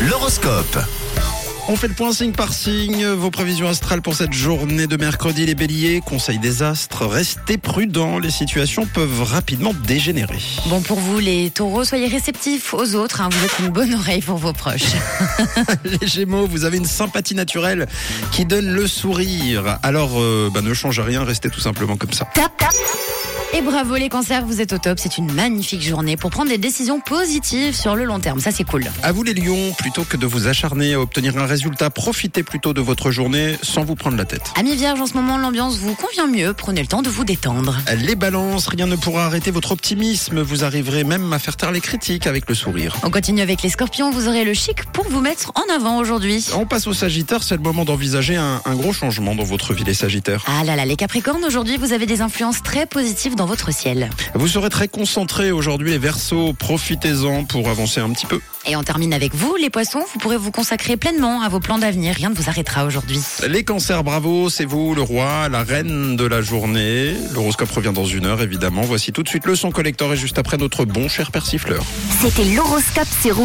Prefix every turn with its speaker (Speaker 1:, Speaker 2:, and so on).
Speaker 1: L'horoscope.
Speaker 2: On fait le point signe par signe, vos prévisions astrales pour cette journée de mercredi, les béliers, conseil des astres, restez prudents, les situations peuvent rapidement dégénérer.
Speaker 3: Bon, pour vous, les taureaux, soyez réceptifs aux autres. hein. Vous êtes une bonne oreille pour vos proches.
Speaker 2: Les gémeaux, vous avez une sympathie naturelle qui donne le sourire, alors euh, bah, ne change rien, restez tout simplement comme ça.
Speaker 3: Tap, tap. Et bravo, les cancers, vous êtes au top. C'est une magnifique journée pour prendre des décisions positives sur le long terme. Ça, c'est cool.
Speaker 2: À vous les lions, plutôt que de vous acharner à obtenir un résultat, profitez plutôt de votre journée sans vous prendre la tête.
Speaker 3: Amis vierges, en ce moment, l'ambiance vous convient mieux. Prenez le temps de vous détendre.
Speaker 2: Les balances, rien ne pourra arrêter votre optimisme, vous arriverez même à faire taire les critiques avec le sourire.
Speaker 3: On continue avec les scorpions. Vous aurez le chic pour vous mettre en avant aujourd'hui.
Speaker 2: On passe au Sagittaire, c'est le moment d'envisager un, un gros changement dans votre vie, les Sagittaires.
Speaker 3: Ah là là, les capricornes, aujourd'hui, vous avez des influences très positives dans votre ciel.
Speaker 2: Vous serez très concentrés aujourd'hui, les Verseaux, profitez-en pour avancer un petit peu.
Speaker 3: Et on termine avec vous, les poissons. Vous pourrez vous consacrer pleinement à vos plans d'avenir. Rien ne vous arrêtera aujourd'hui.
Speaker 2: Les Cancers, bravo, c'est vous, le roi, la reine de la journée. L'horoscope revient dans une heure, évidemment. Voici tout de suite le son collector et juste après notre bon cher persifleur.
Speaker 4: C'était l'horoscope sur Rouge.